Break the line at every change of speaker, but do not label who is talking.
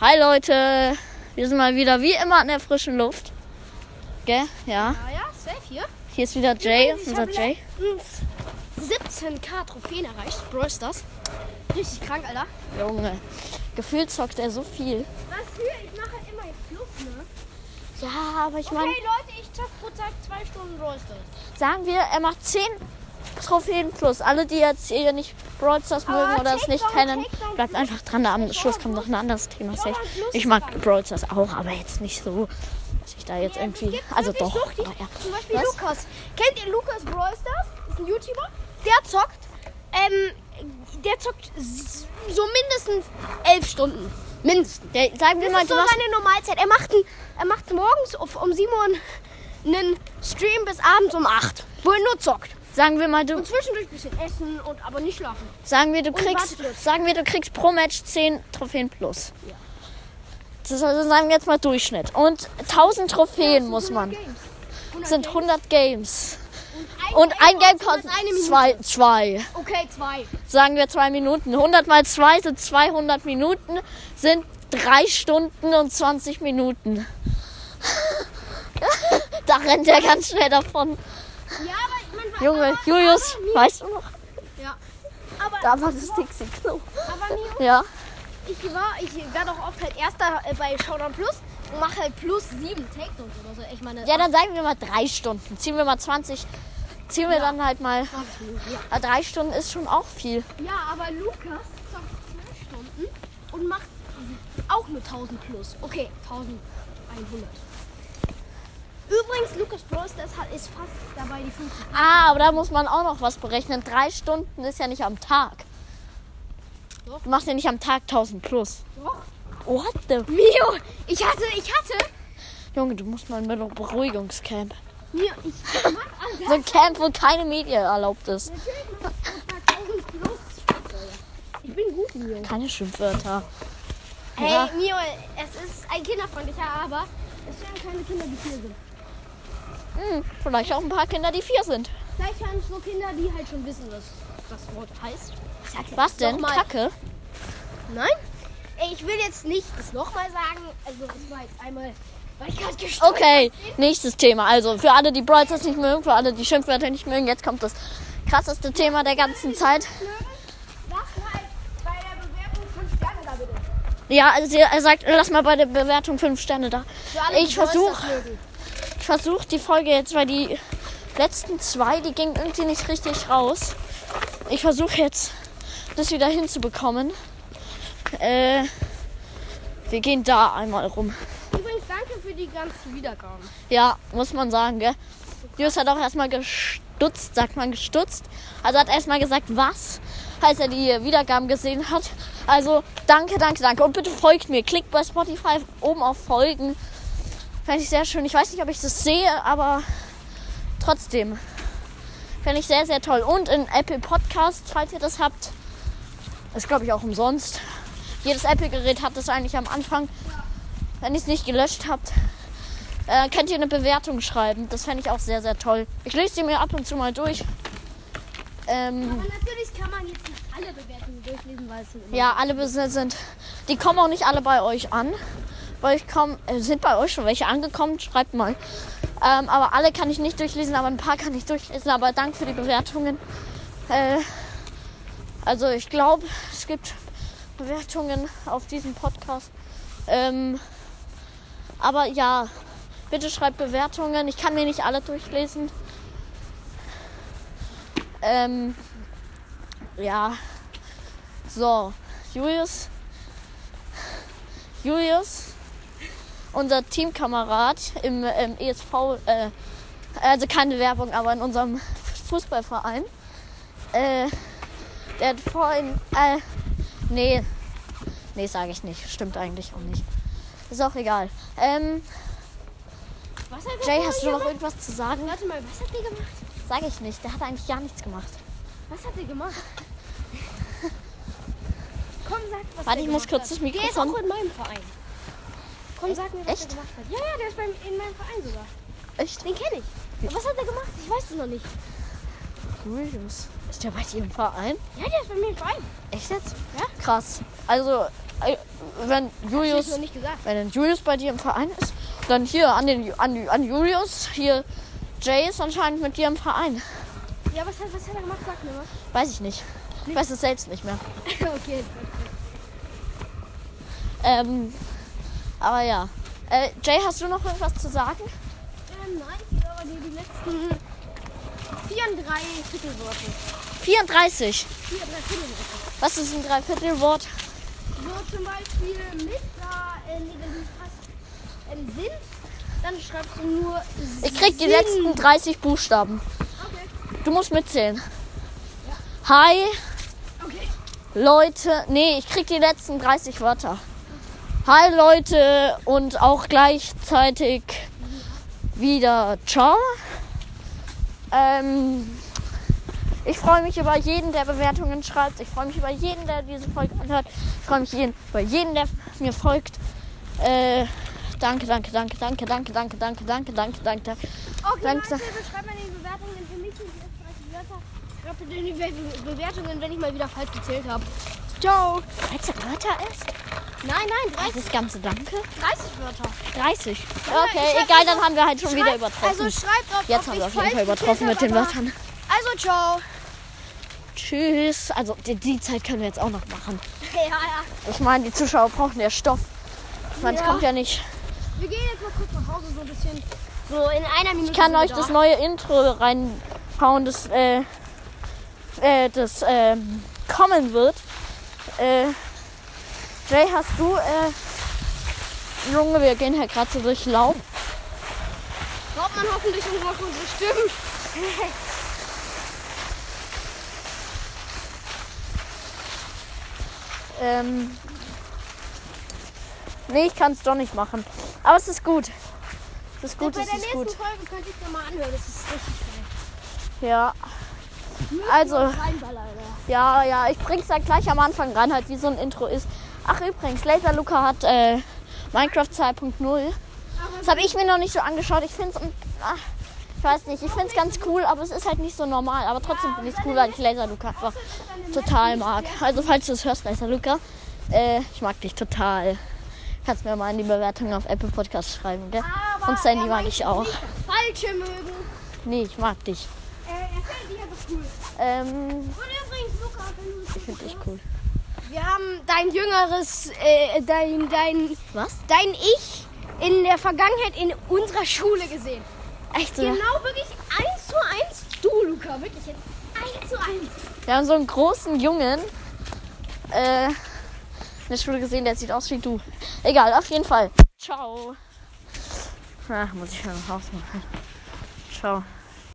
Hi Leute, wir sind mal wieder wie immer in der frischen Luft. Gell? Ja.
Ah ja, safe hier.
Hier ist wieder Jay,
Übrigens, ich
unser
hab
Jay.
letztens 17k Trophäen erreicht. Bro, ist das? Richtig krank, Alter.
Junge. Gefühlt zockt er so viel.
Was für? Ich mache halt immer jetzt Fluss, ne?
Ja, aber ich
Okay,
meine,
Leute, ich zock pro Tag zwei Stunden Brawl Stars.
sagen wir, er macht 10 Trophäen plus. Alle, die jetzt hier nicht Brawl Stars mögen
Aber
oder es nicht
Takedown,
kennen,
Takedown
bleibt
plus.
einfach dran. Am Schluss kommt noch ein anderes Thema. Safe.
Takedown plus
Ich
ist
mag
geil.
Brawl Stars auch, aber jetzt nicht so, dass ich da jetzt irgendwie. Also doch.
Suchti,
aber ja.
Zum Beispiel
Was?
Lukas. Kennt ihr Lukas Brawl Stars? Ist ein YouTuber. Der zockt. Ähm, der zockt s- so mindestens elf Stunden. Mindestens.
Der, sagen wir
Das
mal,
ist
du
so
machst
seine Normalzeit. Er macht, n- er macht morgens auf, um 7 Uhr einen Stream bis abends um 8. Wo er nur zockt.
Sagen wir mal, du,
Und zwischendurch ein bisschen essen und aber nicht schlafen.
sagen wir, du kriegst,
Warteliste.
sagen wir, du kriegst pro Match 10 Trophäen plus. Das ist also, sagen wir jetzt mal Durchschnitt. Und 1000 Trophäen muss man. Sind 100 Games. Und ein Game kostet
eine Minute.
zwei, zwei.
Okay, zwei.
Sagen wir zwei Minuten. 100 mal zwei sind 200 Minuten, sind drei Stunden und 20 Minuten. da rennt er ganz schnell davon.
Ja, aber man war.
Junge, Julius, weißt du noch?
Ja. Aber,
Da war das Dixie Klo.
aber Mio,
Ja.
ich war, ich werde auch oft halt Erster äh, bei Showdown Plus und mache halt plus sieben Takedowns oder so. Ich meine,
Ja, dann sagen wir mal drei Stunden. Ziehen wir mal 20. Ziehen wir dann halt mal. Ja, drei Stunden ist schon auch viel.
Ja, aber Lukas zockt 12 Stunden und macht auch nur 1000 plus. Okay, 1100. Übrigens, Lukas Bros, das hat, ist fast dabei die 50.
Ah, aber da muss man auch noch was berechnen. Drei Stunden ist ja nicht am Tag.
Doch.
Du machst ja nicht am Tag 1000 plus.
Doch.
What the?
Mio, ich hatte, ich hatte.
Junge, du musst mal mit einem Beruhigungscamp.
Mio, ich mach an
So ein Camp, wo keine Medien erlaubt ist.
Natürlich mach ich 1000 plus. Ich bin gut, Mio.
Keine Schimpfwörter.
Hey,
Ja.
Mio, es ist ein kinderfreundlicher, aber es werden keine Kinder, die hier sind.
Hm, vielleicht auch ein paar Kinder, die vier sind.
Vielleicht haben es nur Kinder, die halt schon wissen, was das Wort heißt. Ich sag's
Was
jetzt
denn?
nochmal.
Kacke?
Nein? Ey, Ich will jetzt nicht das nochmal sagen. Also, es war jetzt einmal, weil ich gerade gestolpert
Okay, nächstes Thema. Also für alle, die Brawl Stars nicht mögen, für alle, die Schimpfwörter nicht mögen, jetzt kommt das krasseste Thema der ganzen Zeit.
Lass mal bei der Bewerbung 5 Sterne da bitte.
Ja, also er sagt, lass mal bei der Bewertung 5 Sterne da.
Für alle, die
Ich versuch-
Brawl Stars mögen.
Ich versuche die Folge jetzt, weil die letzten zwei, die gingen irgendwie nicht richtig raus. Ich versuche jetzt, das wieder hinzubekommen. Äh, wir gehen da einmal rum.
Übrigens, danke für die ganzen Wiedergaben.
Ja, muss man sagen, gell? Jus hat auch erstmal gestutzt, sagt man gestutzt. Also hat erstmal gesagt, was, als er die Wiedergaben gesehen hat. Also danke, danke, danke. Und bitte folgt mir. Klickt bei Spotify oben auf Folgen. Fände ich sehr schön. Ich weiß nicht, ob ich das sehe, aber trotzdem. Fände ich sehr, sehr toll. Und in Apple Podcast, falls ihr das habt, ist glaube ich auch umsonst. Jedes Apple-Gerät hat das eigentlich am Anfang. Wenn ihr es nicht gelöscht habt, äh, könnt ihr eine Bewertung schreiben. Das fände ich auch sehr, sehr toll. Ich lese die mir ab und zu mal durch. Ähm,
Aber natürlich kann man jetzt nicht alle Bewertungen durchlesen, weil es sind immer.
ja, alle Besitzer sind. Die kommen auch nicht alle bei euch an. Bei euch kommen, äh, sind bei euch schon welche angekommen? Schreibt mal. Ähm, aber alle kann ich nicht durchlesen, aber ein paar kann ich durchlesen. Aber danke für die Bewertungen. Äh, also ich glaube, es gibt Bewertungen auf diesem Podcast. Ähm, aber ja, bitte schreibt Bewertungen. Ich kann mir nicht alle durchlesen. Ähm, ja. So, Julius. Julius, unser Teamkamerad im, ähm, ESV, äh, also keine Werbung, aber in unserem Fußballverein. Äh, der hat vorhin, äh, nee, nee, sage ich nicht. Stimmt eigentlich auch nicht. Ist auch egal. Ähm,
Was hat
Jay,
der
hast du
gemacht?
noch irgendwas zu sagen?
Warte mal, was hat der gemacht?
Sage ich nicht. Der hat eigentlich gar nichts gemacht.
Was hat der gemacht? Komm, sag, was
Warte,
der
ich muss
gemacht
kurz
hat.
das
Der ist
Mikrofon.
auch in meinem Verein. Komm, sag mir, was
Echt?
der gemacht hat. Ja, ja, der ist beim, in meinem Verein sogar.
Echt?
Den kenne ich. Aber Was hat er gemacht? Ich weiß es noch nicht.
Julius. Ist der bei dir im Verein?
Ja, der ist bei mir im Verein.
Echt jetzt?
Ja.
Krass. Also, äh, wenn
Das ist noch
Julius,
nicht gesagt.
wenn ein Julius bei dir im Verein ist, dann hier an den Ju- an, an Julius, hier Jay ist anscheinend mit dir im Verein.
Ja, was hat, was hat er gemacht? Sag mir mal.
Weiß ich nicht. Ich weiß es selbst nicht mehr.
okay.
Ähm, aber ja. Äh, Jay, hast du noch irgendwas zu sagen?
Ähm, nein, ich gebe aber dir die
Mhm.
letzten 4 und 3 Viertelworte.
34.
4 und 3 Viertelworte.
Was ist ein Dreiviertelwort?
So zum Beispiel mit, da, äh, nee, wenn du nicht hast, ähm, sind, dann schreibst du nur
Ich krieg die
sind.
letzten 30 Buchstaben.
Okay.
Du musst mitzählen. Hi,
Okay.
Leute. Nee, ich krieg die letzten 30 Wörter. Hi, Leute. Und auch gleichzeitig wieder Ciao. Ähm, ich freue mich über jeden, der Bewertungen schreibt. Ich freue mich über jeden, der diese Folge anhört. Ich freue mich jeden, über jeden, der mir folgt. Äh, danke, danke, danke, danke, danke, danke, danke, danke, danke, danke.
Okay,
Danke.
Leute, wir schreiben in den Bewertungen für mich sind die ersten 30 Wörter. Schreibt bitte in die Be- Bewertungen, wenn ich mal wieder falsch gezählt habe. Ciao.
13 Wörter ist?
Nein, nein, 30,
Das ganze Danke?
30 Wörter.
30.
ich
Okay,
hab
egal,
jetzt-
dann haben wir halt schon wieder
Schreibt-
übertroffen.
Also schreibt auf
Jetzt haben wir auf jeden Fall übertroffen mit den Wörtern.
Also ciao.
Tschüss. Also die, die Zeit können wir jetzt auch noch machen.
Ja, ja.
Ich meine, die Zuschauer brauchen ja Stoff. Ich meine, es
Ja.
kommt ja nicht.
Wir gehen jetzt mal kurz nach Hause so ein bisschen. So in einer Minute.
Ich kann
sind wir
euch das
da.
neue Intro reinhauen, das, äh, äh, das ähm, kommen wird. Äh, Jay, hast du, äh, Junge, wir gehen hier gerade so durch Laub.
Glaubt man hoffentlich und macht unsere Stimmen.
Ähm, nee, ich kann es doch nicht machen. Aber es ist gut. Es ist gut,
Bei
es
der
ist
nächsten
gut.
Folge könnt ihr es ja mal anhören. Das ist richtig geil.
Ja, also,
Reinballer, Alter.
ja, ja, ich bring's dann gleich am Anfang rein, halt wie so ein Intro ist. Ach übrigens, Laser Luca hat äh, Minecraft 2.0.
Aber
Das habe ich mir noch nicht so angeschaut. Ich find's, ähm, ach, ich weiß nicht, ich find's ganz cool, aber es ist halt nicht so normal. Aber trotzdem finde ich's cool, weil ich Laser Luca einfach total mag. Also falls du es hörst, Laser Luca, äh, ich mag dich total. Kannst mir mal in die Bewertung auf Apple Podcast schreiben, gell?
Aber
Und Sandy
er
mag
meint
ich auch.
nicht das Falsche mögen.
Nee, ich mag dich.
Äh, er findet dich einfach cool.
Ähm,
Und übrigens, Luca, wenn du
ich find dich cool.
Wir haben dein jüngeres, äh, dein, dein,
Was?
dein Ich in der Vergangenheit in unserer Schule gesehen.
Echt so?
Genau, wirklich eins zu eins. Du, Luca, wirklich jetzt eins zu eins.
Wir haben so einen großen Jungen äh, in der Schule gesehen, der sieht aus wie du. Egal, auf jeden Fall. Ciao. Ach, muss ich schon nach Hause machen. Ciao.